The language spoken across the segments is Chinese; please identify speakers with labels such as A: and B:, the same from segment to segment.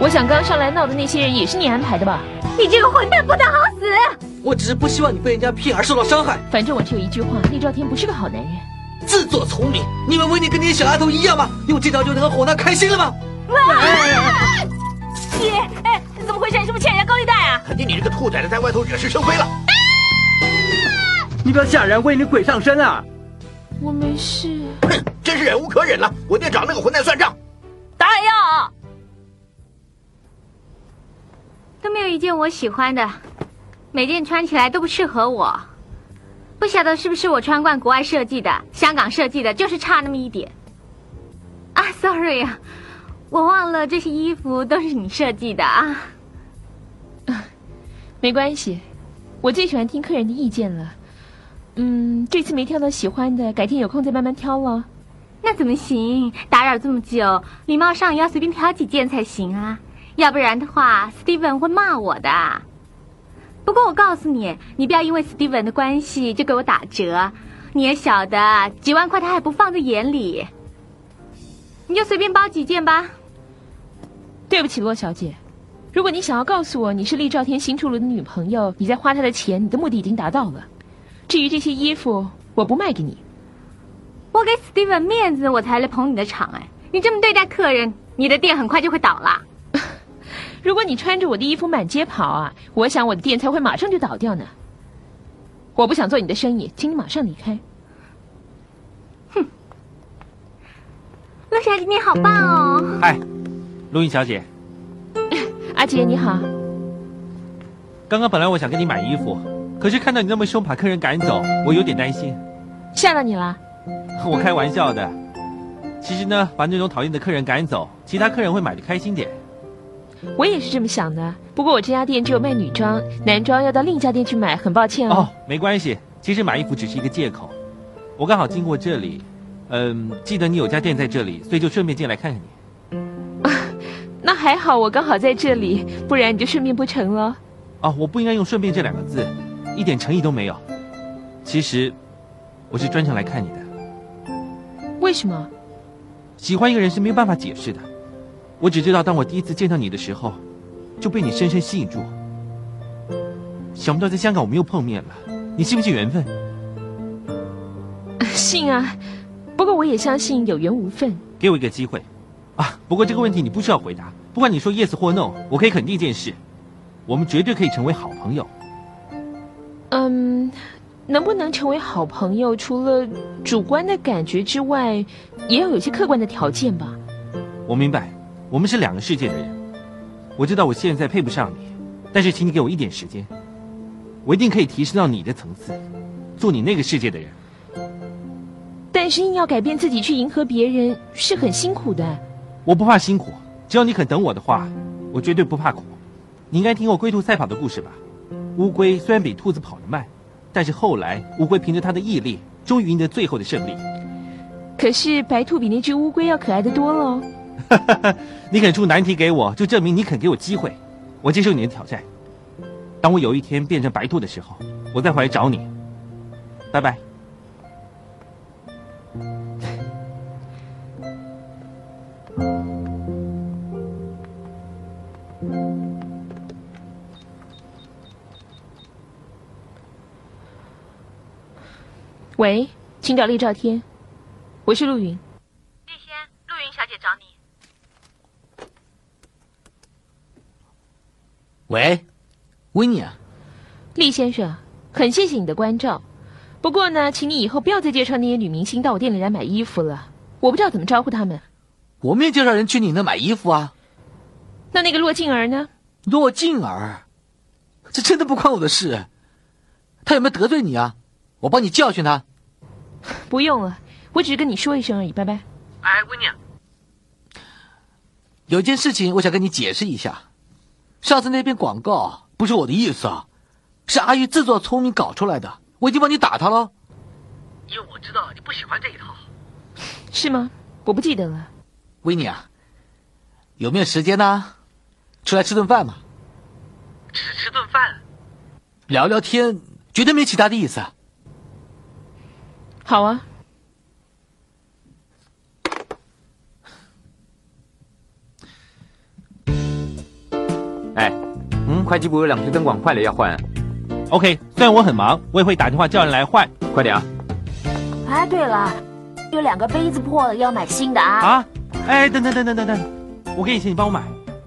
A: 我想刚上来闹的那些人也是你安排的吧？
B: 你这个混蛋，不得好死！
C: 我只是不希望你被人家骗而受到伤害。
A: 反正我只有一句话，厉兆天不是个好男人。
C: 自作聪明，你以为维尼跟那些小丫头一样吗？用这招就能让火男开心了吗？哎
B: 啊！你哎，你怎么回事？你是不是欠人家高利贷啊？
D: 肯定你这个兔崽子在外头惹是生非了。
B: 啊
E: 你不要吓人，为你鬼上身啊！
A: 我没事。
D: 哼，真是忍无可忍了，我得找那个混蛋算账。
B: 当然要。都没有一件我喜欢的，每件穿起来都不适合我。不晓得是不是我穿惯国外设计的、香港设计的，就是差那么一点。啊，sorry 啊，我忘了这些衣服都是你设计的啊。
A: 没关系，我最喜欢听客人的意见了。嗯，这次没挑到喜欢的，改天有空再慢慢挑哦了。
B: 那怎么行？打扰这么久，礼貌上也要随便挑几件才行啊。要不然的话，Steven 会骂我的。不过我告诉你，你不要因为 Steven 的关系就给我打折。你也晓得，几万块他还不放在眼里。你就随便包几件吧。
A: 对不起，洛小姐，如果你想要告诉我你是厉兆天新出炉的女朋友，你在花他的钱，你的目的已经达到了。至于这些衣服，我不卖给你。
B: 我给 Steven 面子，我才来捧你的场哎。你这么对待客人，你的店很快就会倒了。
A: 如果你穿着我的衣服满街跑啊，我想我的店才会马上就倒掉呢。我不想做你的生意，请你马上离开。
B: 哼，陆小姐你好棒哦！
F: 嗨，陆云小姐，
A: 阿杰你好。
F: 刚刚本来我想跟你买衣服，可是看到你那么凶，把客人赶走，我有点担心。
A: 吓到你了？
F: 我开玩笑的。其实呢，把那种讨厌的客人赶走，其他客人会买的开心点。
A: 我也是这么想的，不过我这家店只有卖女装，男装要到另一家店去买，很抱歉哦。哦，
F: 没关系，其实买衣服只是一个借口。我刚好经过这里，嗯、呃，记得你有家店在这里，所以就顺便进来看看你。
A: 啊，那还好，我刚好在这里，不然你就顺便不成了。
F: 哦，我不应该用“顺便”这两个字，一点诚意都没有。其实，我是专程来看你的。
A: 为什么？
F: 喜欢一个人是没有办法解释的。我只知道，当我第一次见到你的时候，就被你深深吸引住。想不到在香港我们又碰面了，你信不信缘分？
A: 信啊，不过我也相信有缘无分。
F: 给我一个机会，啊！不过这个问题你不需要回答，不管你说 yes 或 no，我可以肯定一件事，我们绝对可以成为好朋友。
A: 嗯，能不能成为好朋友，除了主观的感觉之外，也要有些客观的条件吧？
F: 我明白。我们是两个世界的人，我知道我现在配不上你，但是请你给我一点时间，我一定可以提升到你的层次，做你那个世界的人。
A: 但是硬要改变自己去迎合别人是很辛苦的。
F: 我不怕辛苦，只要你肯等我的话，我绝对不怕苦。你应该听过龟兔赛跑的故事吧？乌龟虽然比兔子跑得慢，但是后来乌龟凭着它的毅力终于赢得最后的胜利。
A: 可是白兔比那只乌龟要可爱的多哦喽。
F: 你肯出难题给我，就证明你肯给我机会。我接受你的挑战。当我有一天变成白兔的时候，我再回来找你。拜拜。
A: 喂，请找厉兆天，我是陆云。
B: 逸仙，陆云小姐找你。
G: 喂，维尼啊，
A: 厉先生，很谢谢你的关照，不过呢，请你以后不要再介绍那些女明星到我店里来买衣服了，我不知道怎么招呼她们。
G: 我没有介绍人去你那买衣服啊。
A: 那那个骆静儿呢？
G: 骆静儿，这真的不关我的事。他有没有得罪你啊？我帮你教训他。
A: 不用了，我只是跟你说一声而已，拜拜。
G: 有件事情我想跟你解释一下，上次那篇广告不是我的意思啊，是阿玉自作聪明搞出来的。我已经帮你打他了。
A: 是吗？我不记得了。
G: 维尼啊，有没有时间呢？出来吃顿饭嘛？吃吃顿饭，聊聊天，绝对没其他的意思。啊
A: 好啊，
H: 哎，
F: 嗯
H: 会计部有两台灯管坏了要换，
F: OK，虽然我很忙，我也会打电话叫人来换
H: 快点啊！
I: 哎，对了，有两个杯子破了，要买新的啊！
F: 啊。哎，等等等等等等，我给你钱，你帮我
G: 啊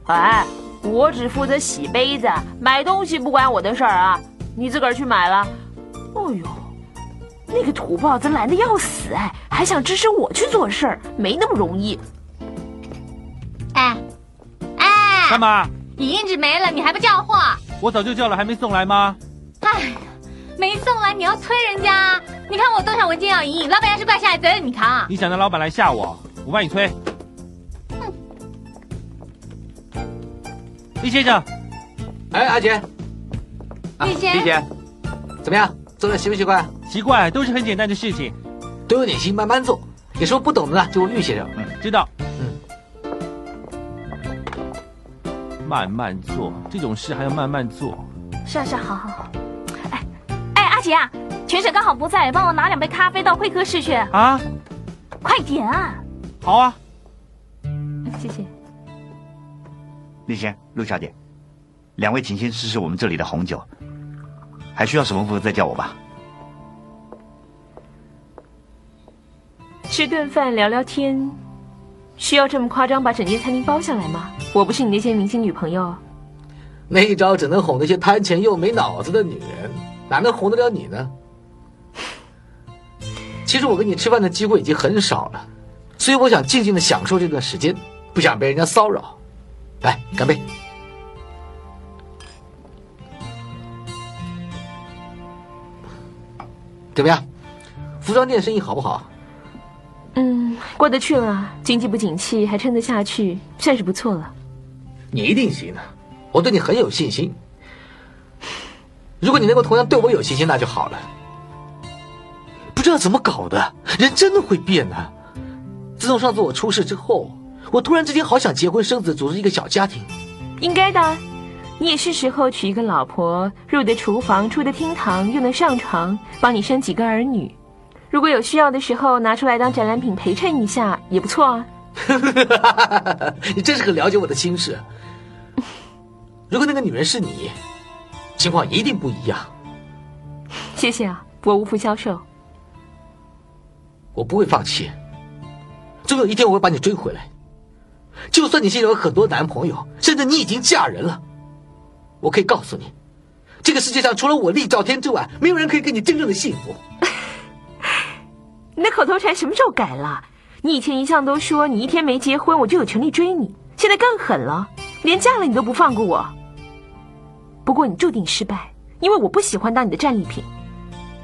F: 买。
I: 哎，我只负责洗杯子，买东西不关我的事儿啊，你自个儿去买了。哎呦，那个土豹子懒得要死，哎，还想支持我去做事儿，没那么容易。
B: 哎，哎，
F: 干嘛？
B: 影印纸没了，你还不叫货？
F: 我早就叫了，还没送来吗？
B: 哎，没送来你要催人家啊？你看我多少文件要影印，老板要是怪下来，责任你扛啊。
F: 你想让老板来吓我？我帮你催。
G: 嗯
F: 李先生，
G: 哎，阿杰，啊
B: 逸仙
H: 李姐，
G: 怎么样？做的习不习惯？
F: 奇怪，都是很简单的事情，
G: 都有点心，慢慢做。有什么不懂的呢，就问玉先生。
F: 知道？慢慢做，这种事还要慢慢做。
B: 是啊是啊，好好好。哎哎，阿杰啊，全婶刚好不在，帮我拿两杯咖啡到会客室去，
F: 啊，
B: 快点啊！
F: 好啊，
B: 谢谢。
H: 立先，陆小姐，两位请先试试我们这里的红酒，还需要什么服务再叫我吧。
A: 吃顿饭聊聊天，需要这么夸张把整间餐厅包下来吗？我不是你那些明星女朋友啊。
G: 那一招只能哄那些贪钱又没脑子的女人，哪能哄得了你呢？其实我跟你吃饭的机会已经很少了，所以我想静静的享受这段时间，不想被人家骚扰。来，干杯！怎么样？服装店生意好不好？
A: 嗯，过得去了，经济不景气还撑得下去，算是不错了。
G: 你一定行的，啊我对你很有信心。如果你能够同样对我有信心，那就好了。不知道怎么搞的，人真的会变的。自从上次我出事之后，我突然之间好想结婚生子，组织一个小家庭。
A: 应该的啊，你也是时候娶一个老婆，入得厨房，出得厅堂，又能上床，帮你生几个儿女。如果有需要的时候，拿出来当展览品陪衬一下也不错啊。
G: 你真是很了解我的心事。如果那个女人是你，情况一定不一样。
A: 谢谢啊，我无福消受。
G: 我不会放弃，总有一天我会把你追回来。就算你现在有很多男朋友，甚至你已经嫁人了，我可以告诉你，这个世界上除了我厉兆天之外，没有人可以给你真正的幸福。
A: 你的口头禅什么时候改了？你以前一向都说你一天没结婚，我就有权利追你，现在更狠了，连嫁了你都不放过我。不过你注定失败，因为我不喜欢当你的战利品。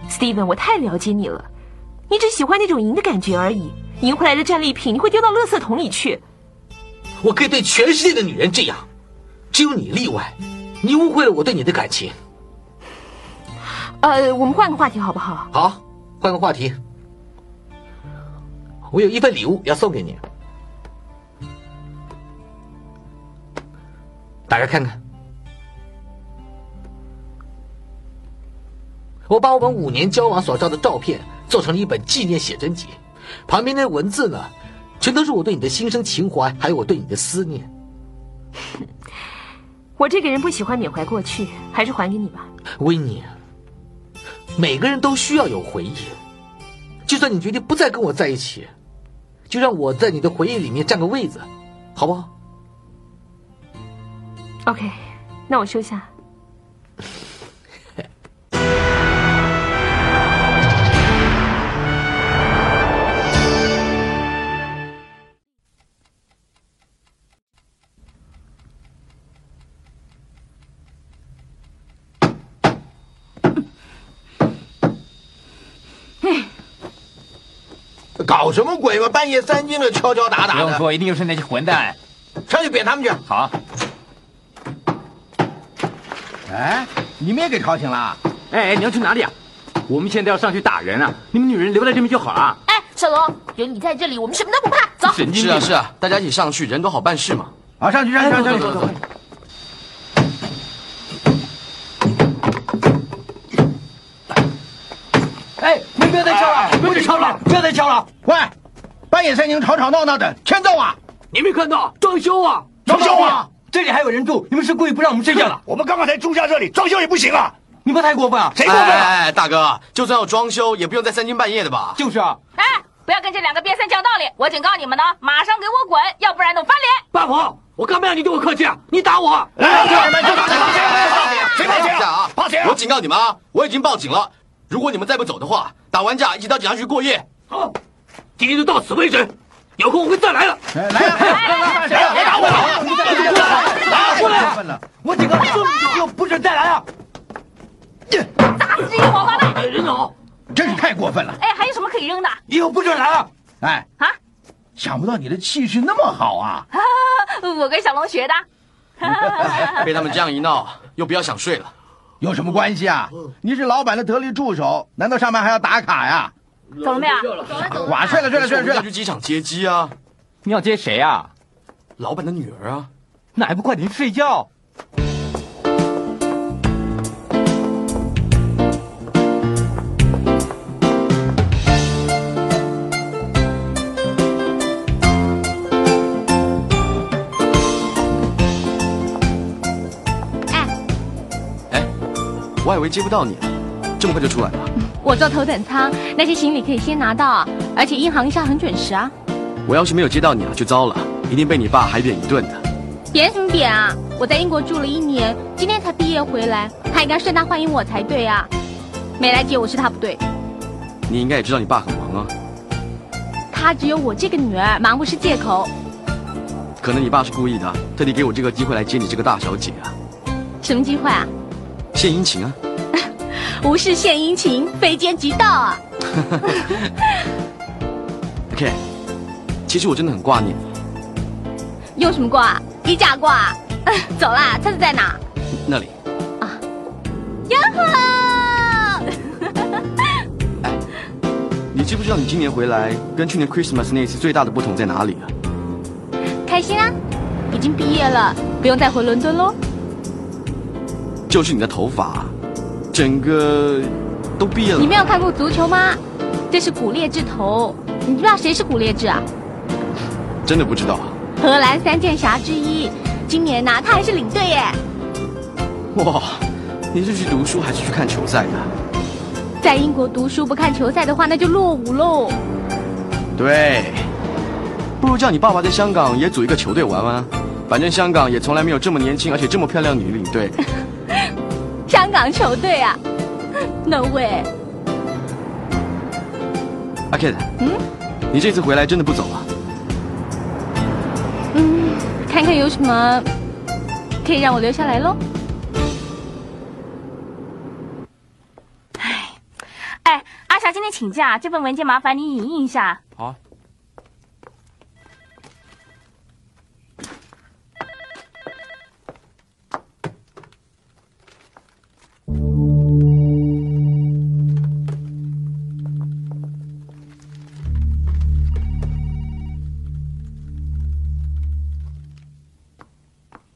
A: Steven，我太了解你了，你只喜欢那种赢的感觉而已，赢回来的战利品你会丢到垃圾桶里去。
G: 我可以对全世界的女人这样，只有你例外。你误会了我对你的感情。
A: 呃，我们换个话题好不好？
G: 好，换个话题。我有一份礼物要送给你，打开看看。我把我们五年交往所照的照片做成了一本纪念写真集，旁边的文字呢，全都是我对你的心生情怀，还有我对你的思念。
A: 我这个人不喜欢缅怀过去，还是还给你吧。
G: 维尼，啊每个人都需要有回忆，就算你决定不再跟我在一起，就让我在你的回忆里面占个位子，好不好？
A: OK，那我收下。
J: 搞什么鬼嘛！半夜三更的敲敲打
K: 不
J: 打
K: 用
J: 的，
K: 说，一定又是那些混蛋。
J: 上去扁他们去！
K: 好，
J: 哎，你们也给吵醒了？
L: 哎哎，你要去哪里啊？我们现在要上去打人啊！你们女人留在这边就好了。
M: 哎，小罗，有你在这里，我们什么都不怕。走，
L: 神经
I: 是
L: 病
I: 啊！是啊，大家一起上去，人都好办事嘛。哎
F: 好，上去上去上去上去。哎，你们不要再敲了，不要再敲了，不要再敲了！喂，半夜三更吵吵闹闹的，欠揍啊！
L: 你没看到装修啊？
F: 装修啊！
L: 这里还有人住，你们是故意不让我们睡觉的？
J: 我们刚刚才住下这里，装修也不行啊！
L: 你们太过分了！
J: 谁过分
I: 哎
J: 了？
I: 哎哎，大哥，就算要装修，也不用在三更半夜的吧？
L: 就是啊，
M: 哎，不要跟这两个瘪三讲道理，我警告你们呢，马上给我滚，要不然我翻脸。
L: 八婆，我刚没让你对我客气啊，你打我啊！
J: 来，家人们，就打起
I: 哎哎哎
J: 来！
I: 哎
J: 谁报
I: 等一
J: 警
I: 下啊
J: 啊？报警！
I: 我警告你们啊，我已经报警了。如果你们再不走的话，打完架一起到警察局过夜。
L: 好，今天就到此为止，有空我会再来的。
F: 哎来来来
G: 哎
F: 来，别打我了！啊打过来！过来！我警告你，以后不准再来啊！
M: 打死这些王八蛋！
L: 哎，人好，
F: 真是太过分了，
M: 哎，还有什么可以扔的？
F: 以后不准来了！哎
M: 啊，
F: 想不到你的气势那么好啊！
M: 我跟小龙学的。
I: 被他们这样一闹，又不要想睡了。
F: 有什么关系啊？你是老板的得力助手，难道上班还要打卡呀？
M: 走了没有？
F: 哇，睡了睡了睡了睡
I: 要
F: 了！
I: 去机场接机啊，
K: 你要接谁啊？
I: 老板的女儿啊。
K: 那还不快点睡觉？
I: 哎我还以为接不到你呢，这么快就出来了。
B: 我坐头等舱，那些行李可以先拿到，而且银行一下很准时啊。
I: 我要是没有接到你啊，就糟了，一定被你爸海扁一顿的。
B: 贬什么贬啊！我在英国住了一年，今天才毕业回来，他应该盛大欢迎我才对啊！没来接我是他不对，
I: 你应该也知道你爸很忙啊，
B: 他只有我这个女儿，忙不是借口。
I: 可能你爸是故意的，啊特地给我这个机会来接你这个大小姐啊，
B: 什么机会啊？
I: 献殷勤啊。
B: 无事献殷勤，非奸即盗啊！
I: OK，其实我真的很挂念你，
B: 用什么挂？衣架挂。 走啦，车子在哪？
I: 那里。
B: 哟呵！
I: 你知不知道你今年回来跟去年 Christmas 那一次最大的不同在哪里啊？
B: 开心啊！已经毕业了，不用再回伦敦喽。
I: 就是你的头发，整个都毕业了。
B: 你没有看过足球吗？这是骨裂之头，你知道谁是骨裂质啊？
I: 真的不知道啊？
B: 荷兰三剑侠之一，今年呐、他还是领队耶。
I: 哇，你是去读书还是去看球赛啊的？
B: 在英国读书不看球赛的话，那就落伍喽。
I: 对，不如叫你爸爸在香港也组一个球队玩玩。反正香港也从来没有这么年轻而且这么漂亮的女领 队。
B: 香港球队啊，No way！
I: 阿 Kid，嗯，你这次回来真的不走啊？
B: 嗯，看看有什么可以让我留下来喽。
M: 哎，阿霞今天请假，这份文件麻烦你影印一下。
N: 好啊，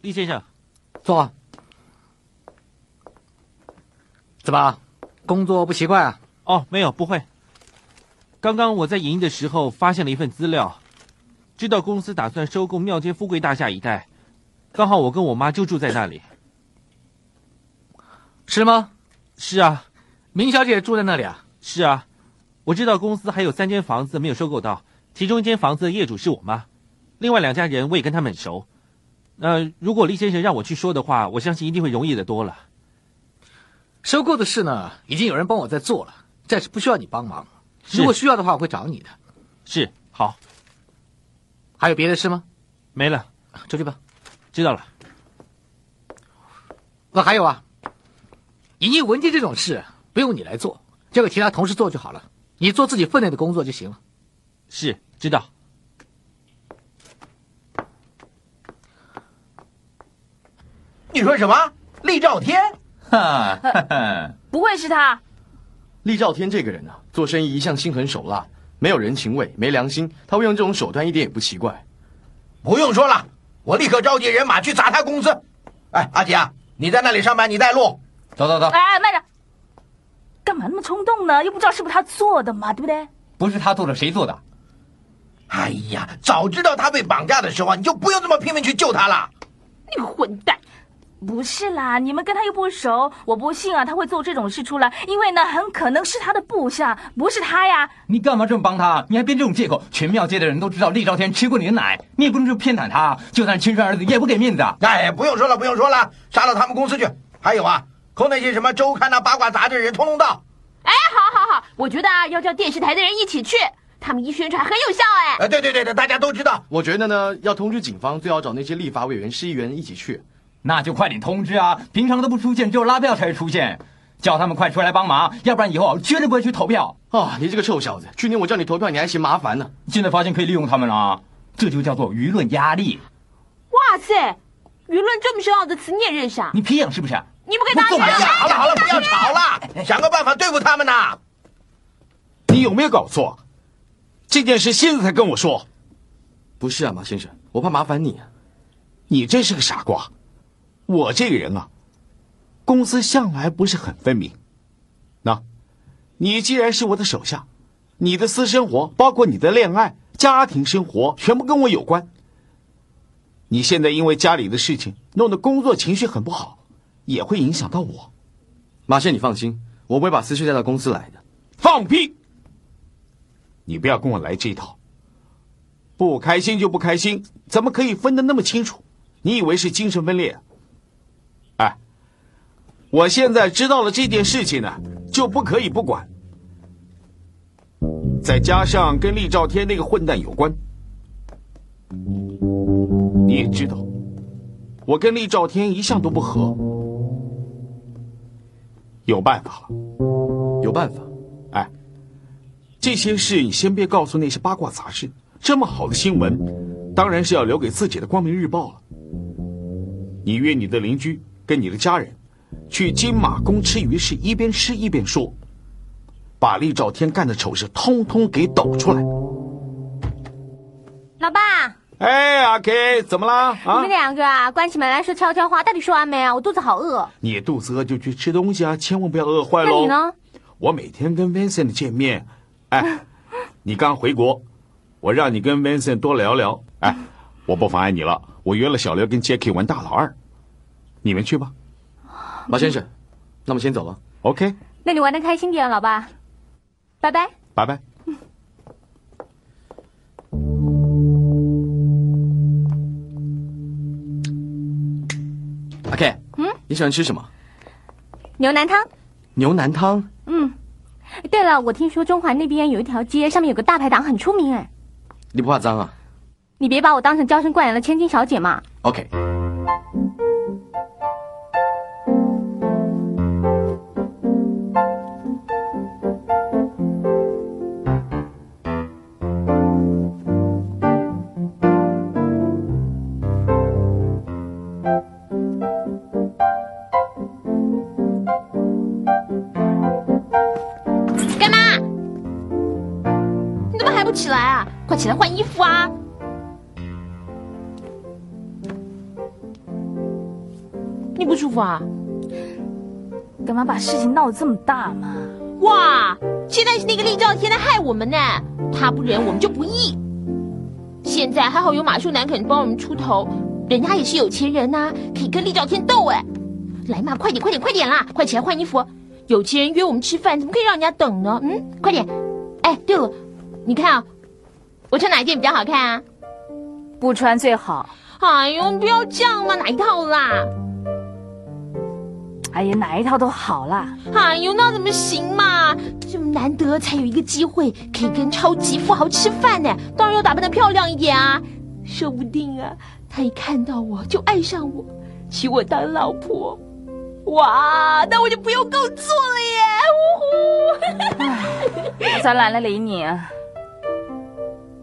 F: 易先生，
G: 坐啊。怎么，工作不习惯啊？
F: 哦，没有，不会。刚刚我在营业的时候发现了一份资料，知道公司打算收购庙街富贵大厦一带，刚好我跟我妈就住在那里。
G: 是吗？
F: 是啊。
G: 明小姐住在那里啊？
F: 是啊。我知道公司还有三间房子没有收购到，其中一间房子的业主是我妈，另外两家人我也跟他们很熟。那如果厉先生让我去说的话，我相信一定会容易的多了。
G: 收购的事呢，已经有人帮我在做了，暂时不需要你帮忙。如果需要的话，我会找你的。
F: 是，好。
G: 还有别的事吗？
F: 没了，
G: 出去吧。
F: 知道了。
G: 那还有啊，营业文件这种事不用你来做，交给其他同事做就好了。你做自己分内的工作就行了。
F: 是，知道。
D: 你说什么？厉兆天？
I: 哈，
O: 不会是他？
I: 厉兆天这个人啊，做生意一向心狠手辣，没有人情味，没良心，他会用这种手段一点也不奇怪。
D: 不用说了，我立刻召集人马去砸他公司。哎，阿杰啊，你在那里上班，你带路。走走走。
P: 哎，慢着，干嘛那么冲动呢？又不知道是不是他做的嘛，对不对？
Q: 不是他做的，谁做的？
D: 哎呀，早知道他被绑架的时候，你就不用这么拼命去救他了。
P: 你个混蛋！不是啦，你们跟他又不熟，我不信啊，他会做这种事出来，因为呢，很可能是他的部下，不是他呀。
Q: 你干嘛这么帮他？你还编这种借口？全庙街的人都知道厉兆天吃过你的奶，你也不能这么偏袒他。就算亲生儿子，也不给面子。啊
D: 哎，不用说了，不用说了，杀到他们公司去。还有啊，扣那些什么周刊呐、八卦杂志的人，通通到。
O: 哎，好好好，我觉得啊，要叫电视台的人一起去，他们一宣传很有效哎。
D: 哎，对对对对，大家都知道。
I: 我觉得呢，要通知警方，最好找那些立法委员、市议员一起去。
Q: 那就快点通知啊！平常都不出现，只有拉票才会出现，叫他们快出来帮忙，要不然以后啊绝对不会去投票
I: 啊、哦！你这个臭小子，去年我叫你投票，你还嫌麻烦呢，
Q: 现在发现可以利用他们了啊！这就叫做舆论压力。
O: 哇塞，舆论这么深奥的词你也认识啊？
Q: 你皮痒是不是？
O: 你们给打起
D: 来！ 好了好了，不要吵了，想个办法对付他们呐！
R: 你有没有搞错？这件事现在才跟我说？
I: 不是啊，马先生，我怕麻烦你、啊。
R: 你真是个傻瓜。我这个人啊，公私向来不是很分明。那，你既然是我的手下，你的私生活，包括你的恋爱、家庭生活，全部跟我有关。你现在因为家里的事情，弄得工作情绪很不好，也会影响到我。
I: 马先，你放心，我不会把私事带到公司来的。
R: 放屁！你不要跟我来这一套。不开心就不开心，怎么可以分得那么清楚？你以为是精神分裂？哎，我现在知道了这件事情呢，就不可以不管。再加上跟厉兆天那个混蛋有关，你也知道，我跟厉兆天一向都不和。有办法了，
I: 有办法。
R: 哎，这些事你先别告诉那些八卦杂志，这么好的新闻，当然是要留给自己的《光明日报》了。你约你的邻居。跟你的家人，去金马宫吃鱼是一边吃一边说，把厉兆天干的丑事通通给抖出来。
B: 老爸，
R: 哎，阿 K，怎么啦？啊，
B: 你们两个啊，关起门来说悄悄话，到底说完没啊？我肚子好饿。
R: 你肚子饿就去吃东西啊，千万不要饿坏喽。
B: 那你呢？
R: 我每天跟 Vincent 见面。 哎，你刚回国，我让你跟 Vincent 多聊聊。哎，我不妨碍你了，我约了小刘跟 Jacky 玩大老二。你们去吧，
I: 马先生，那我先走了。
R: OK，
B: 那你玩的开心点，啊老爸，拜拜，
R: 拜拜。
I: 阿 K，
B: 嗯，
I: 你喜欢吃什么？
B: 牛腩汤。
I: 牛腩汤。
B: 嗯，对了，我听说中环那边有一条街，上面有个大排档，很出名哎。
I: 你不怕脏啊？
B: 你别把我当成娇生惯养的千金小姐嘛。
I: OK。
O: 快
B: 啊
O: 起来换衣服啊！
S: 不舒服啊？
A: 干嘛把事情闹得这么大嘛？
B: 哇，现在是那个厉兆天来害我们呢，他不仁我们就不义。现在还好有马秀男肯帮我们出头，人家也是有钱人呐、可以跟厉兆天斗哎。来嘛，快点，快点，快点啦，快起来换衣服。有钱人约我们吃饭，怎么可以让人家等呢？嗯，快点。哎，对了，你看啊，我穿哪一件比较好看啊？
A: 不穿最好。
B: 哎呦，不要这样嘛，哪一套啦？
A: 哎呀，哪一套都好啦。
B: 哎呦，那怎么行嘛？这么难得才有一个机会可以跟超级富豪吃饭呢，当然要打扮的漂亮一点啊。说不定啊，他一看到我就爱上我，娶我当老婆。哇，那我就不用工作了耶！呜呼，
A: 我才懒得理你。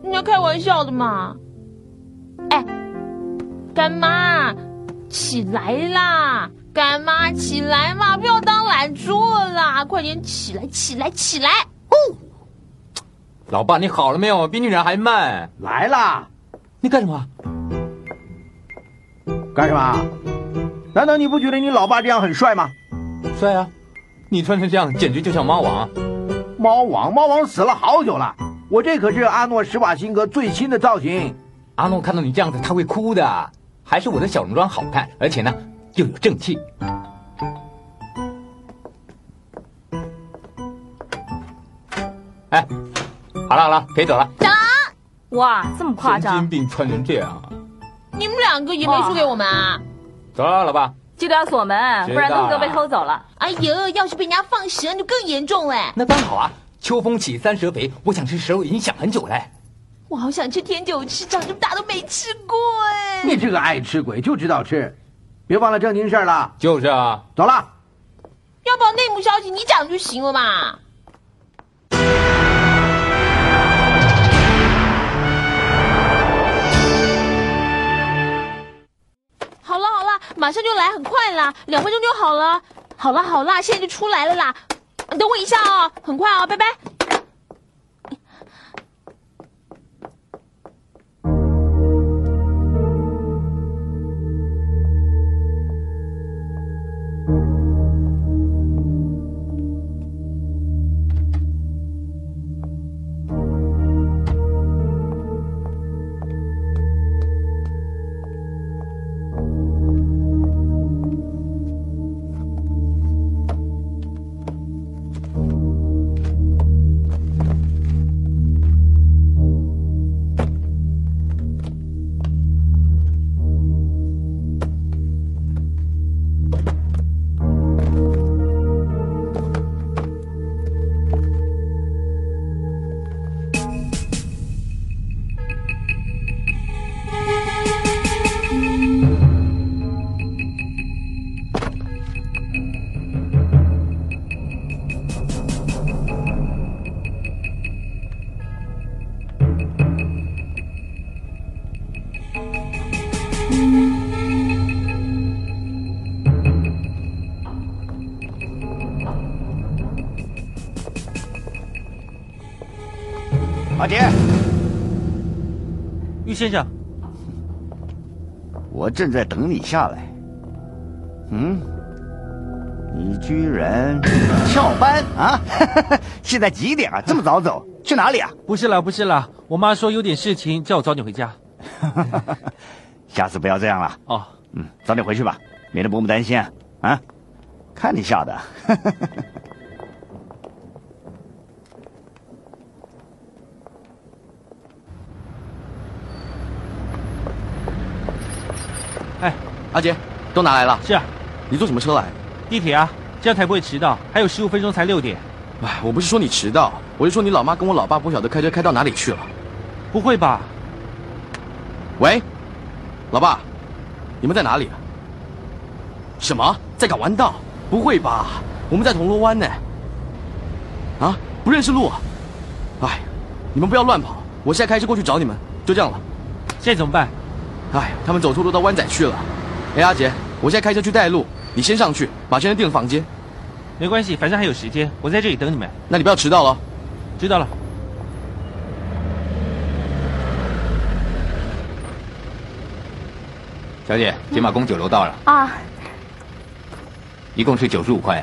B: 人家开玩笑的嘛。哎，干妈，起来啦！干妈，起来嘛，不要当懒猪了啦！快点起来，起来，起来！哦，
G: 老爸，你好了没有？比女人还慢。
T: 来啦，
G: 你干什么？啊
T: 干什么？啊难道你不觉得你老爸这样很帅吗？
G: 帅啊！你穿成这样，简直就像猫王。啊
T: 猫王，猫王死了好久了，我这可是阿诺·施瓦辛格最新的造型。
G: 阿诺看到你这样子，他会哭的。还是我的小戎装好看，而且呢，又有正气。哎，好了好了，可以走了。
B: 长，
A: 哇，这么夸
G: 神
A: 张
G: 经！病穿成这样，
B: 你们两个也没输给我们啊！
G: 走了，老爸。
A: 记得要锁门，
G: 知道
A: 不然东哥被偷走了。
B: 哎呀，要是被人家放蛇，那就更严重嘞！
G: 那刚好啊，秋风起，三蛇肥。我想吃蛇，我已经想很久了。
B: 我好想吃甜酒吃，长这么大都没吃过哎。
T: 你这个爱吃鬼，就知道吃，别忘了正经事儿了。
G: 就是啊，
T: 走了。
B: 要不要内幕消息你讲就行了嘛？好了好了，马上就来，很快啦，两分钟就好了。好了好啦，现在就出来了啦，你等我一下哦，很快哦，拜拜。
T: 阿杰，
F: 玉先生，
R: 我正在等你下来。嗯，你居然翘班啊？ 现在几点啊？这么早走？去哪里啊？
F: 不是啦，不是啦，我妈说有点事情，叫我早点回家。
R: 下次不要这样了。
F: 哦，
R: 嗯，早点回去吧，免得伯母担心啊。啊，看你吓的。
F: 哎，
I: 阿杰，都拿来了。
F: 是啊，
I: 你坐什么车来？
F: 地铁啊，这样才不会迟到。还有十五分钟才六点，
I: 哎，我不是说你迟到，我是说你老妈跟我老爸不晓得开车开到哪里去了。
F: 不会吧？
I: 喂，老爸，你们在哪里啊？什么？在港湾道？不会吧？我们在铜锣湾呢。啊，不认识路啊？哎，你们不要乱跑，我现在开车过去找你们。就这样了。
F: 现在怎么办？
I: 哎，他们走错路到湾仔去了。哎，阿杰，我现在开车去带路，你先上去，马先生订了房间。
F: 没关系，反正还有时间，我在这里等你们。
I: 那你不要迟到了。哦
F: 知道了。
G: 小姐，解码宫酒楼到了。
A: 啊，一共是九十五块。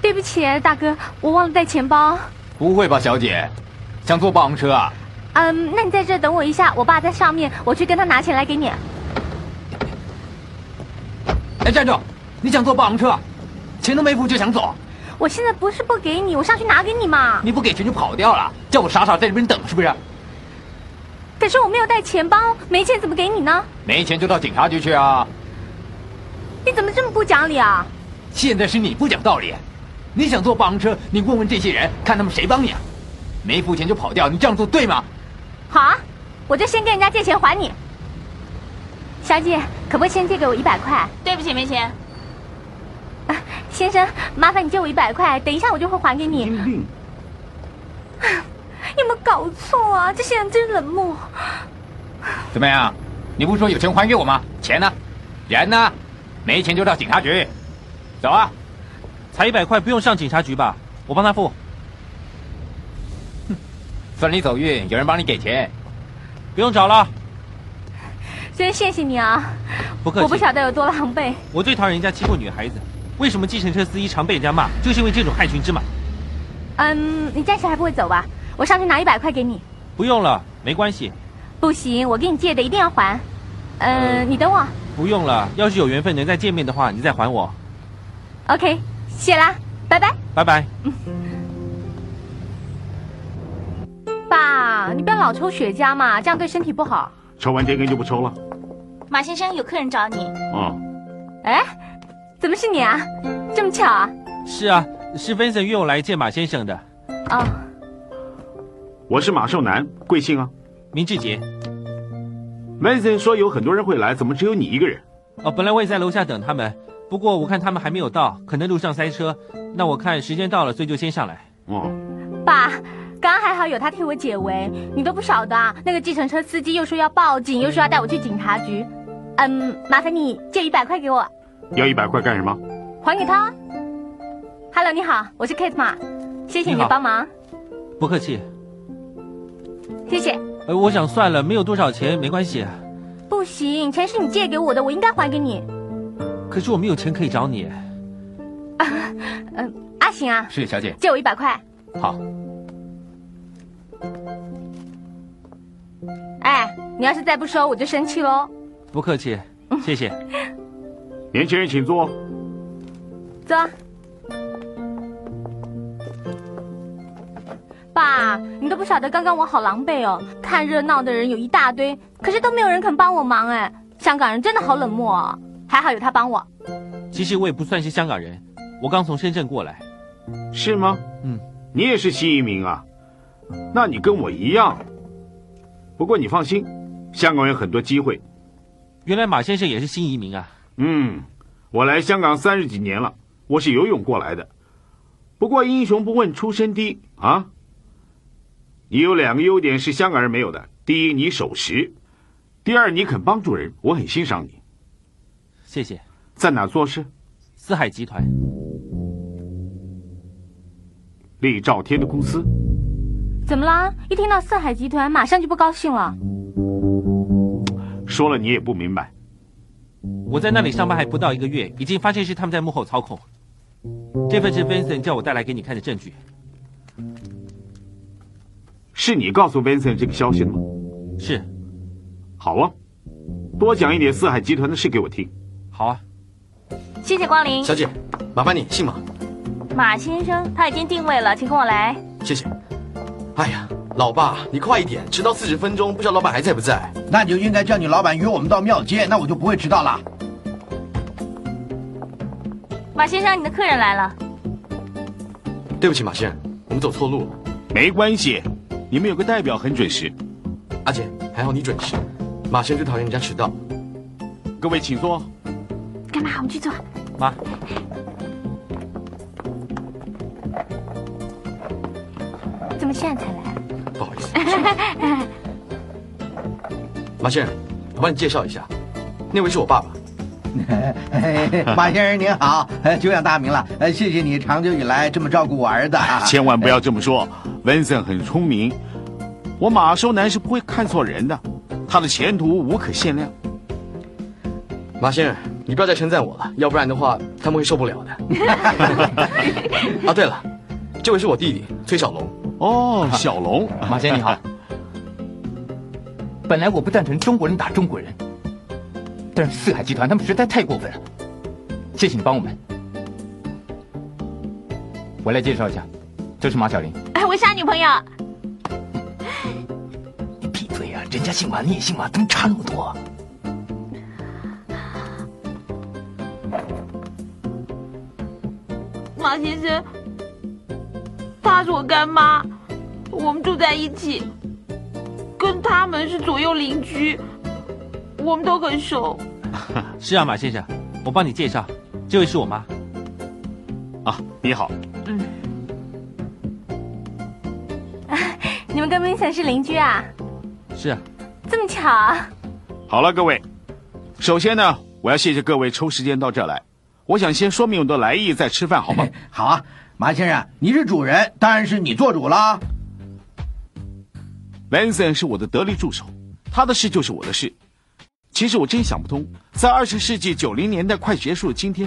B: 对不起，大哥，我忘了带钱包。
A: 不会吧，小姐，想坐霸王车啊？
B: 嗯，那你在这等我一下，我爸在上面，我去跟他拿钱来给你。
G: 哎，站住！你想坐霸王车啊？钱都没付就想走，
B: 我现在不是不给你，我上去拿给你嘛。
G: 你不给钱就跑掉了，叫我傻傻在这边等是不是？
B: 可是我没有带钱包，没钱怎么给你呢？
A: 没钱就到警察局去啊！
B: 你怎么这么不讲理啊？
G: 现在是你不讲道理，你想坐霸王车，你问问这些人，看他们谁帮你啊？没付钱就跑掉，你这样做对吗？
B: 好啊，我就先跟人家借钱还你。小姐，可不可以先借给我一百块？
U: 对不起，没钱。
B: 先生，麻烦你借我一百块，等一下我就会还给你。 有没有搞错啊？这些人真冷漠。
A: 怎么样？你不是说有钱还给我吗？钱呢？人呢？没钱就到警察局。走啊！
F: 才一百块，不用上警察局吧？我帮他付。
A: 算你走运， 有人帮你给钱。
F: 不用找了，
B: 真谢谢你啊！
F: 不客气。
B: 我不晓得有多狼狈。
F: 我最讨厌人家欺负女孩子。为什么计程车司机常被人家骂？就是因为这种害群之马。
B: 嗯，你暂时还不会走吧？我上去拿一百块给你。
F: 不用了，没关系。
B: 不行，我给你借的一定要还。
F: 呃
B: 嗯，你等我。
F: 不用了，要是有缘分能再见面的话，你再还我。
B: OK，谢啦，拜拜。
F: 拜拜。
B: 爸，你不要老抽雪茄嘛，这样对身体不好。
R: 抽完这根就不抽了。
V: 马先生，有客人找你。
R: 啊、
B: 哎，怎么是你啊？这么巧啊？
F: 是啊，是 Vincent 约我来见马先生的。
B: 哦，
R: 我是马寿南，贵姓啊？
F: 明志杰。
R: Vincent 说有很多人会来，怎么只有你一个人？
F: 哦，本来我也在楼下等他们，不过我看他们还没有到，可能路上塞车。那我看时间到了，所以就先上来。
R: 哦，
B: 爸，刚刚还好有他替我解围，你都不晓得啊。那个计程车司机又说要报警，又说要带我去警察局。嗯，麻烦你借一百块给我，
R: 要一百块干什么？
B: 还给他。Hello，你好，我是 Kate 嘛，谢谢你
F: 你
B: 的
F: 好
B: 帮忙，
F: 不客气。
B: 谢谢。
F: 呃，我想算了，没有多少钱没关系。
B: 不行，钱是你借给我的，我应该还给你。
F: 可是我没有钱可以找你。
B: 嗯，阿行啊，
A: 是小姐。
B: 借我一百块。
A: 好。
B: 哎，你要是再不收，我就生气喽。
F: 不客气，谢谢。
R: 年轻人请坐。哦
B: 走。爸，你都不晓得刚刚我好狼狈哦，看热闹的人有一大堆，可是都没有人肯帮我忙哎。香港人真的好冷漠哦，还好有他帮我。
F: 其实我也不算是香港人，我刚从深圳过来。
R: 是吗？
F: 嗯，
R: 你也是新移民啊？那你跟我一样。不过你放心，香港有很多机会。
F: 原来马先生也是新移民啊？
R: 嗯，我来香港三十几年了，我是游泳过来的。不过英雄不问出身低啊。你有两个优点是香港人没有的：第一，你守时；第二，你肯帮助人。我很欣赏你。
F: 谢谢。
R: 在哪做事？
F: 四海集团。
R: 厉兆天的公司。
B: 怎么啦？一听到四海集团，马上就不高兴了。
R: 说了你也不明白。
F: 我在那里上班还不到一个月，已经发现是他们在幕后操控。这份是 Vincent 叫我带来给你看的证据。
R: 是你告诉 Vincent 这个消息的吗？
F: 是。
R: 好啊，多讲一点四海集团的事给我听。
F: 好啊，
V: 谢谢光临，
I: 小姐，麻烦你姓马，
V: 马先生，他已经定位了，请跟我来。
I: 谢谢。哎呀，老爸，你快一点，迟到四十分钟，不知道老板还在不在？
D: 那你就应该叫你老板约我们到庙街，那我就不会迟到了。
V: 马先生，你的客人来了。
I: 对不起，马先生，我们走错路了。
R: 没关系，你们有个代表很准时。
I: 阿姐，还好你准时。马先生最讨厌人家迟到。
R: 各位请坐。
B: 干嘛？我们去坐。
F: 妈，
B: 怎么现在才来？啊
I: 不好意思，马先生，我帮你介绍一下，那位是我爸爸。
D: 马先生您好，呃久仰大名了，呃，谢谢你长久以来这么照顾我儿子啊。
R: 千万不要这么说，Vincent 很聪明，我马寿南是不会看错人的，他的前途无可限量。
I: 马先生，你不要再称赞我了，要不然的话他们会受不了的。 啊，对了，这位是我弟弟崔小龙。
R: 哦，小龙，
G: 马先你好。本来我不赞成中国人打中国人，但是四海集团他们实在太过分了。谢谢你帮我们。我来介绍一下，这是马小玲。
A: 哎，我是他女朋友。
G: 闭嘴啊！人家姓马，你也姓马，怎么差那么多啊？
A: 马先生，她是我干妈，我们住在一起，跟他们是左右邻居，我们都很熟。
F: 是啊，马先生，我帮你介绍，这位是我妈。
R: 啊，你好，
W: 你们跟明显是邻居啊？
F: 是啊。
W: 这么巧啊？
R: 好了，各位，首先呢，我要谢谢各位抽时间到这儿来，我想先说明我的来意，再吃饭好吗？
D: 好啊，马先生，你是主人，当然是你做主啦。
R: Lanson 是我的得力助手，他的事就是我的事。其实我真想不通，在二十世纪九零年代快结束的今天，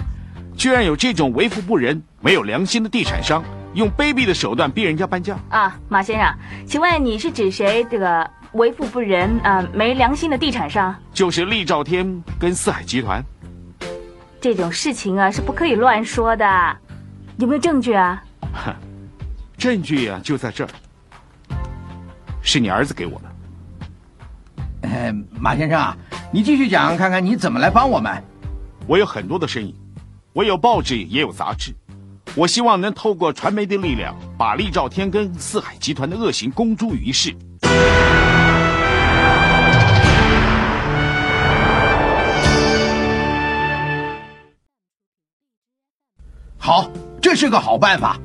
R: 居然有这种为富不仁、没有良心的地产商，用卑鄙的手段逼人家搬家。
B: 啊，马先生，请问你是指谁？这个为富不仁啊、呃没良心的地产商，
R: 就是厉兆天跟四海集团。
B: 这种事情啊是不可以乱说的。有没有证据啊？
R: 哼，证据呀、就在这儿，是你儿子给我的。
D: 哎，马先生啊，你继续讲，看看你怎么来帮我们。
R: 我有很多的生意，我有报纸也有杂志，我希望能透过传媒的力量，把厉兆天跟四海集团的恶行公诸于世。
D: 好，这是个好办法，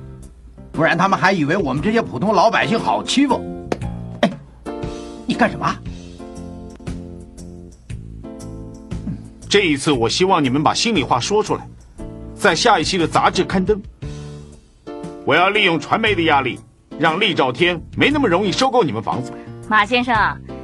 D: 不然他们还以为我们这些普通老百姓好欺负。哎，你干什么？
R: 这一次，我希望你们把心里话说出来，在下一期的杂志刊登。我要利用传媒的压力，让厉兆天没那么容易收购你们房子。
B: 马先生，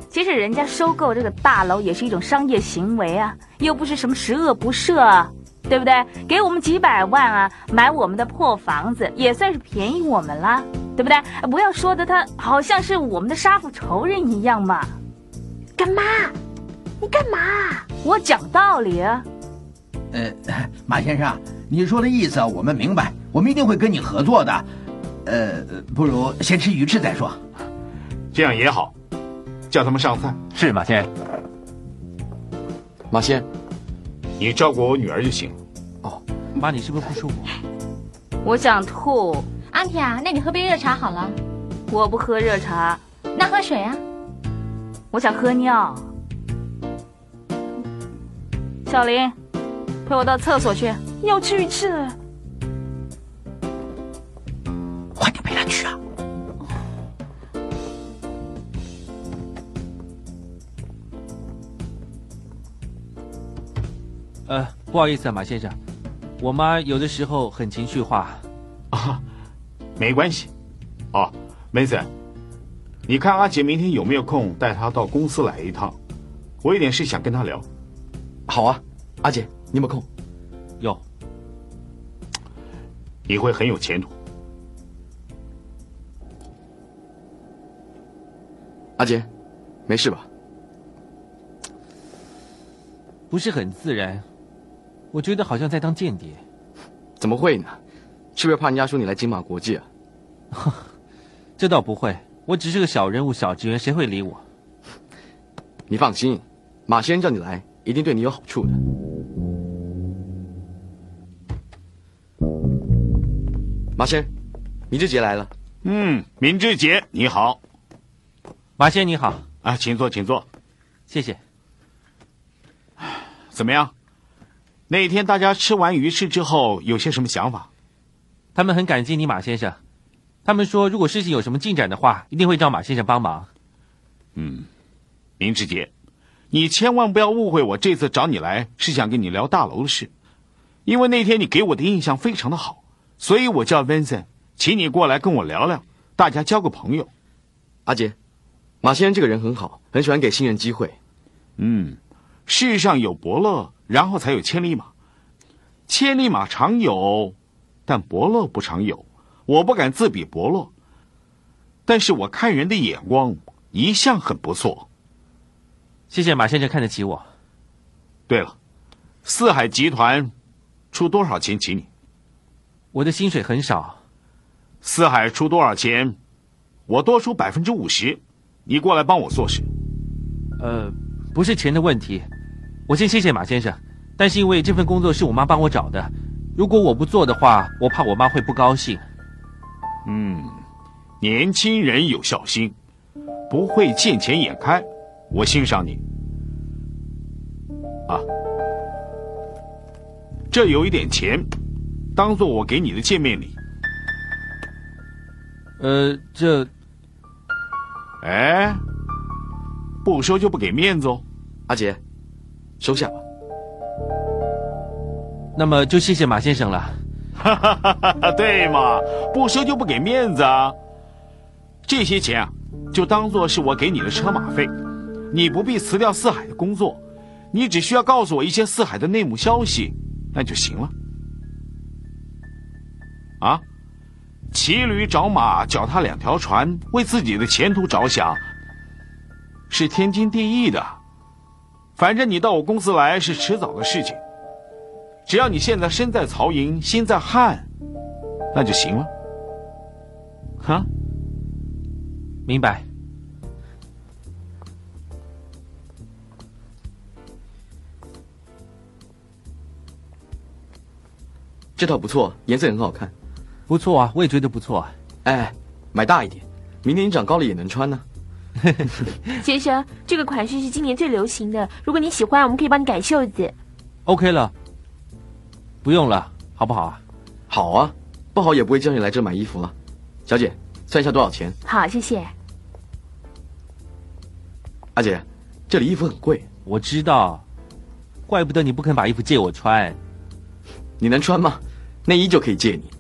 B: 其实人家收购这个大楼也是一种商业行为啊，又不是什么十恶不赦、啊，对不对？给我们几百万啊，买我们的破房子也算是便宜我们了，对不对？呃不要说的他好像是我们的杀父仇人一样嘛。干妈，你干嘛？
W: 啊
B: 我讲道理啊。
D: 呃，马先生，啊你说的意思我们明白，我们一定会跟你合作的。呃，不如先吃鱼翅再说。
R: 这样也好，叫他们上菜。
G: 是马先，
I: 马先，
R: 你照顾我女儿就行了。
F: 妈，你是不是不说我？
B: 我想吐，
W: 阿铁啊，那你喝杯热茶好了，
B: 我不喝热茶，
W: 那喝水啊。
B: 我想喝尿。小林，陪我到厕所去。
A: 要吃鱼翅了，
D: 快点陪他去啊！
F: 呃，不好意思啊，马先生，我妈有的时候很情绪化。
R: 啊，没关系。哦，梅森，你看阿杰明天有没有空带他到公司来一趟？我有点事想跟他聊。
I: 好啊，阿姐，你有没有空？
F: 有。
R: 你会很有前途。
I: 阿杰，没事吧？
F: 不是很自然，我觉得好像在当间谍。
I: 怎么会呢？是不是怕人家说你来金马国际啊？
F: 这倒不会，我只是个小人物、小职员，谁会理我？
I: 你放心，马先生叫你来，一定对你有好处的。马先生，明志杰来了。
R: 嗯，明志杰，你好。
F: 马先生你好。
R: 啊，请坐，请坐。
F: 谢谢。
R: 怎么样？那天大家吃完鱼翅之后，有些什么想法？
F: 他们很感激你，马先生。他们说，如果事情有什么进展的话，一定会找马先生帮忙。
R: 嗯，明志杰，你千万不要误会，我这次找你来是想跟你聊大楼的事，因为那天你给我的印象非常的好，所以我叫 Vincent，请你过来跟我聊聊，大家交个朋友。
I: 阿杰，马先生这个人很好，很喜欢给新人机会。
R: 嗯，世上有伯乐，然后才有千里马。千里马常有，但伯乐不常有。我不敢自比伯乐，但是我看人的眼光一向很不错。
F: 谢谢马先生看得起我。
R: 对了，四海集团出多少钱请你？
F: 我的薪水很少。
R: 四海出多少钱，我多出百分之五十，你过来帮我做事。
F: 呃，不是钱的问题，我先谢谢马先生。但是因为这份工作是我妈帮我找的，如果我不做的话，我怕我妈会不高兴。
R: 嗯，年轻人有孝心，不会见钱眼开，我欣赏你。啊，这有一点钱，当做我给你的见面礼。
F: 呃，这，
R: 哎，不收就不给面子哦，
I: 阿杰，收下吧。
F: 那么就谢谢马先生了。
R: 哈哈哈哈啊对嘛，不收就不给面子啊。这些钱啊，就当做是我给你的车马费，你不必辞掉四海的工作，你只需要告诉我一些四海的内幕消息，那就行了。啊，骑驴找马，脚踏两条船，为自己的前途着想，是天经地义的。反正你到我公司来是迟早的事情。只要你现在身在曹营心在汉，那就行了。哈，
F: 明白。
I: 这套不错，颜色很好看。
F: 不错啊，我也觉得不错、啊。
I: 哎，买大一点，明年你长高了也能穿呢、啊。
O: 先生，这个款式是今年最流行的，如果你喜欢，我们可以帮你改袖子。
F: OK 了。不用了，好不好啊？
I: 好啊，不好也不会叫你来这买衣服了。小姐，算一下多少钱？
O: 好，谢谢。
I: 阿姐，这里衣服很贵，
F: 我知道，怪不得你不肯把衣服借我穿。
I: 你能穿吗？内衣就可以借你。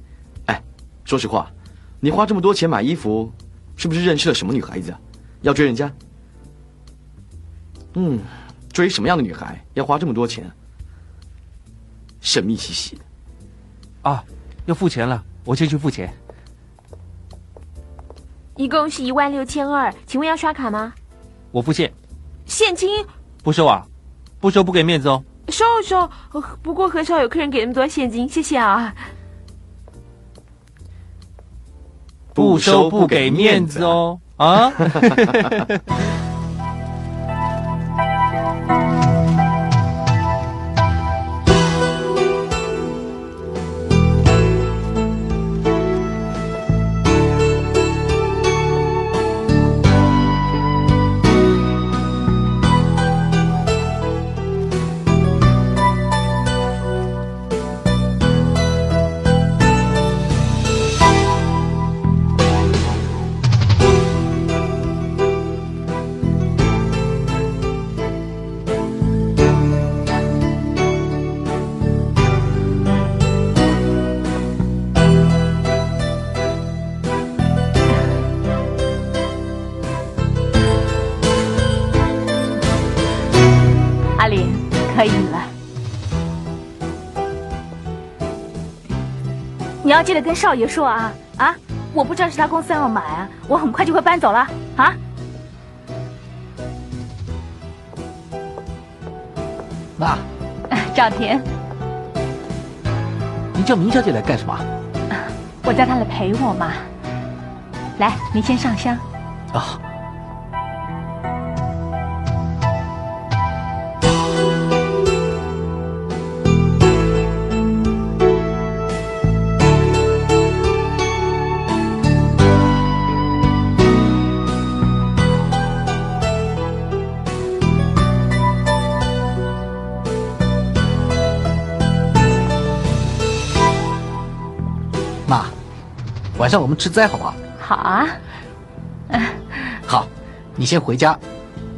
I: 哎，说实话，你花这么多钱买衣服，是不是认识了什么女孩子啊？要追人家？嗯，追什么样的女孩要花这么多钱？神秘兮兮的，
F: 啊，要付钱了，我先去付钱。
O: 一共是一万六千二，请问要刷卡吗？
F: 我付现。
O: 现金？
F: 不收啊，不收不给面子哦。
O: 收收，不过很少有客人给那么多现金，谢谢啊。
F: 不收不给面子哦，啊。
P: 要记得跟少爷说啊啊！我不知道是他公司要买啊，我很快就会搬走了啊！
G: 妈，
P: 赵田，
G: 你叫明小姐来干什么？
P: 我叫她来陪我嘛。来，你先上香。
G: 啊。晚上我们吃斋好不好？
P: 好啊，
G: 好，你先回家，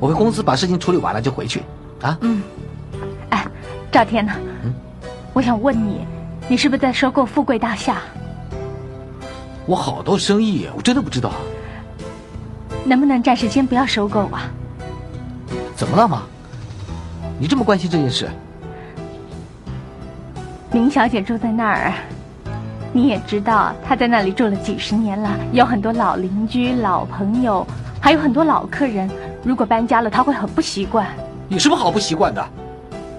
G: 我回公司把事情处理完了就回去啊。
P: 嗯，哎，赵天呢？嗯，我想问你，你是不是在收购富贵大厦？
G: 我好多生意，我真的不知道。
P: 能不能暂时先不要收购啊？
G: 怎么了，妈？你这么关心这件事？
B: 林小姐住在那儿，啊你也知道，她在那里住了几十年了，有很多老邻居、老朋友，还有很多老客人。如果搬家了，她会很不习惯。
G: 有什么好不习惯的？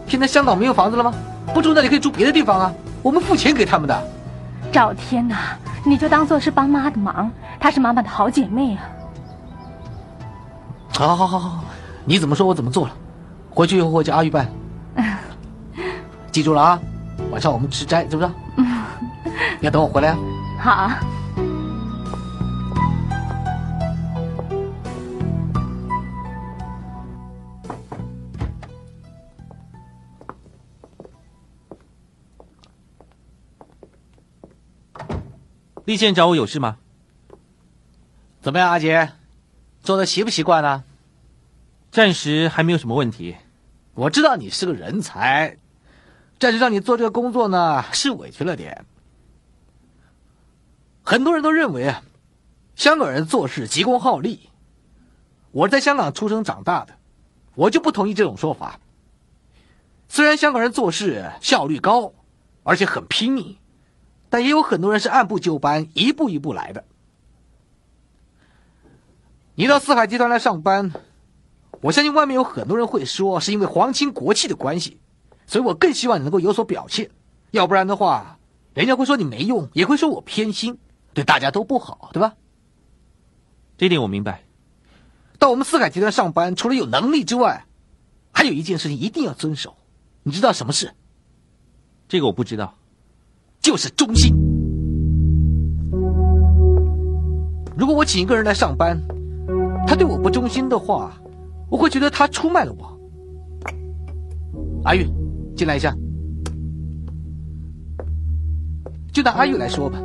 G: 现在香港没有房子了吗？不住那里可以住别的地方啊，我们付钱给他们的。
B: 赵天呐、你就当做是帮妈的忙，她是妈妈的好姐妹啊。
G: 好好好好好，你怎么说我怎么做了，回去以后我叫阿玉办。记住了啊，晚上我们吃斋，知不知道？要等我回来啊。
B: 好，
F: 丽倩找我有事吗？
G: 怎么样，阿杰，做的习不习惯啊呢？
F: 暂时还没有什么问题。
G: 我知道你是个人才，暂时让你做这个工作呢，是委屈了点。很多人都认为啊，香港人做事急功好利。我是在香港出生长大的，我就不同意这种说法。虽然香港人做事效率高，而且很拼命，但也有很多人是按部就班、一步一步来的。你到四海集团来上班，我相信外面有很多人会说是因为皇亲国戚的关系，所以我更希望你能够有所表现，要不然的话，人家会说你没用，也会说我偏心，对大家都不好，对吧？
F: 这点我明白。
G: 到我们四海集团上班，除了有能力之外，还有一件事情一定要遵守，你知道什么事？
F: 这个我不知道。
G: 就是忠心。如果我请一个人来上班，他对我不忠心的话，我会觉得他出卖了我。阿玉，进来一下。就拿阿玉来说吧，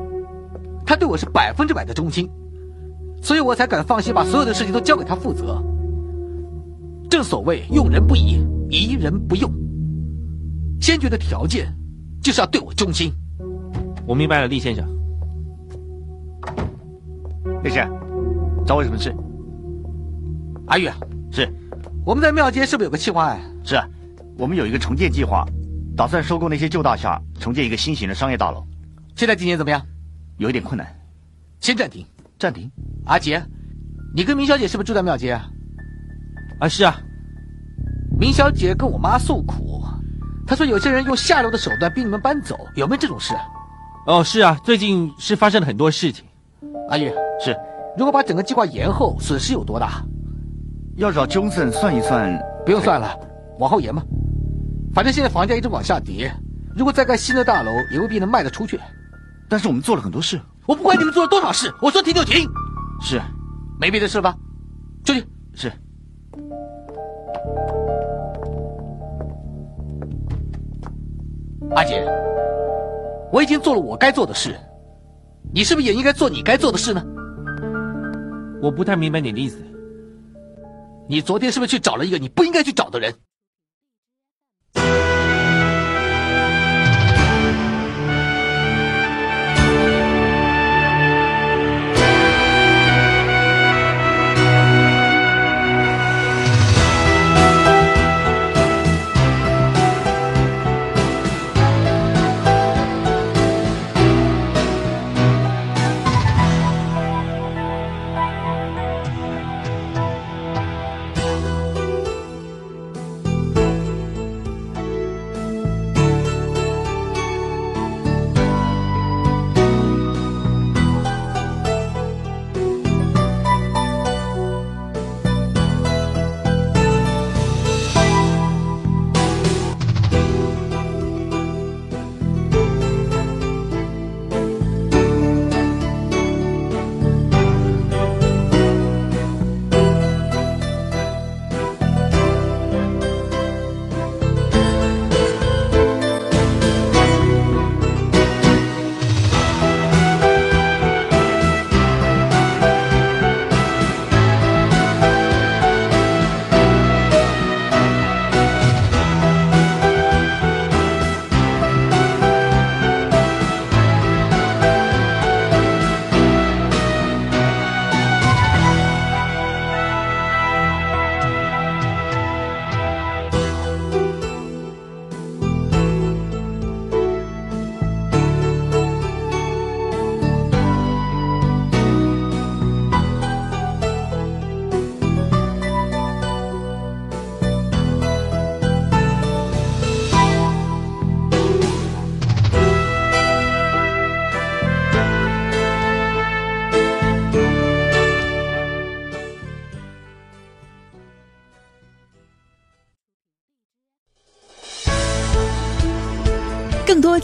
G: 他对我是百分之百的忠心，所以我才敢放心把所有的事情都交给他负责。正所谓用人不疑，疑人不用。先决的条件就是要对我忠心。
F: 我明白了，厉先生。
I: 那是，找我什么事？
G: 阿玉，啊
I: 是，
G: 我们在庙街是不是有个计划案？
I: 是，我们有一个重建计划，打算收购那些旧大厦，重建一个新型的商业大楼。
G: 现在进行怎么样？
I: 有一点困难，
G: 先暂停。
I: 暂停。
G: 阿杰，你跟明小姐是不是住在庙街啊？
F: 啊，是啊。
G: 明小姐跟我妈诉苦，她说有些人用下流的手段逼你们搬走，有没有这种事？啊
F: 哦，是啊，最近是发生了很多事情。
G: 阿玉
I: 是，
G: 如果把整个计划延后，损失有多大？
I: 要找 Johnson 算一算，
G: 不用算了，往后延吧。反正现在房价一直往下跌，如果再盖新的大楼，也未必能卖得出去。
I: 但是我们做了很多事，
G: 我不管你们做了多少事，我说停就停。
I: 是，
G: 没别的事了吧？出去。
I: 是。
G: 阿姐。我已经做了我该做的事，你是不是也应该做你该做的事呢？
F: 我不太明白你的意思。
G: 你昨天是不是去找了一个你不应该去找的人？
X: 更多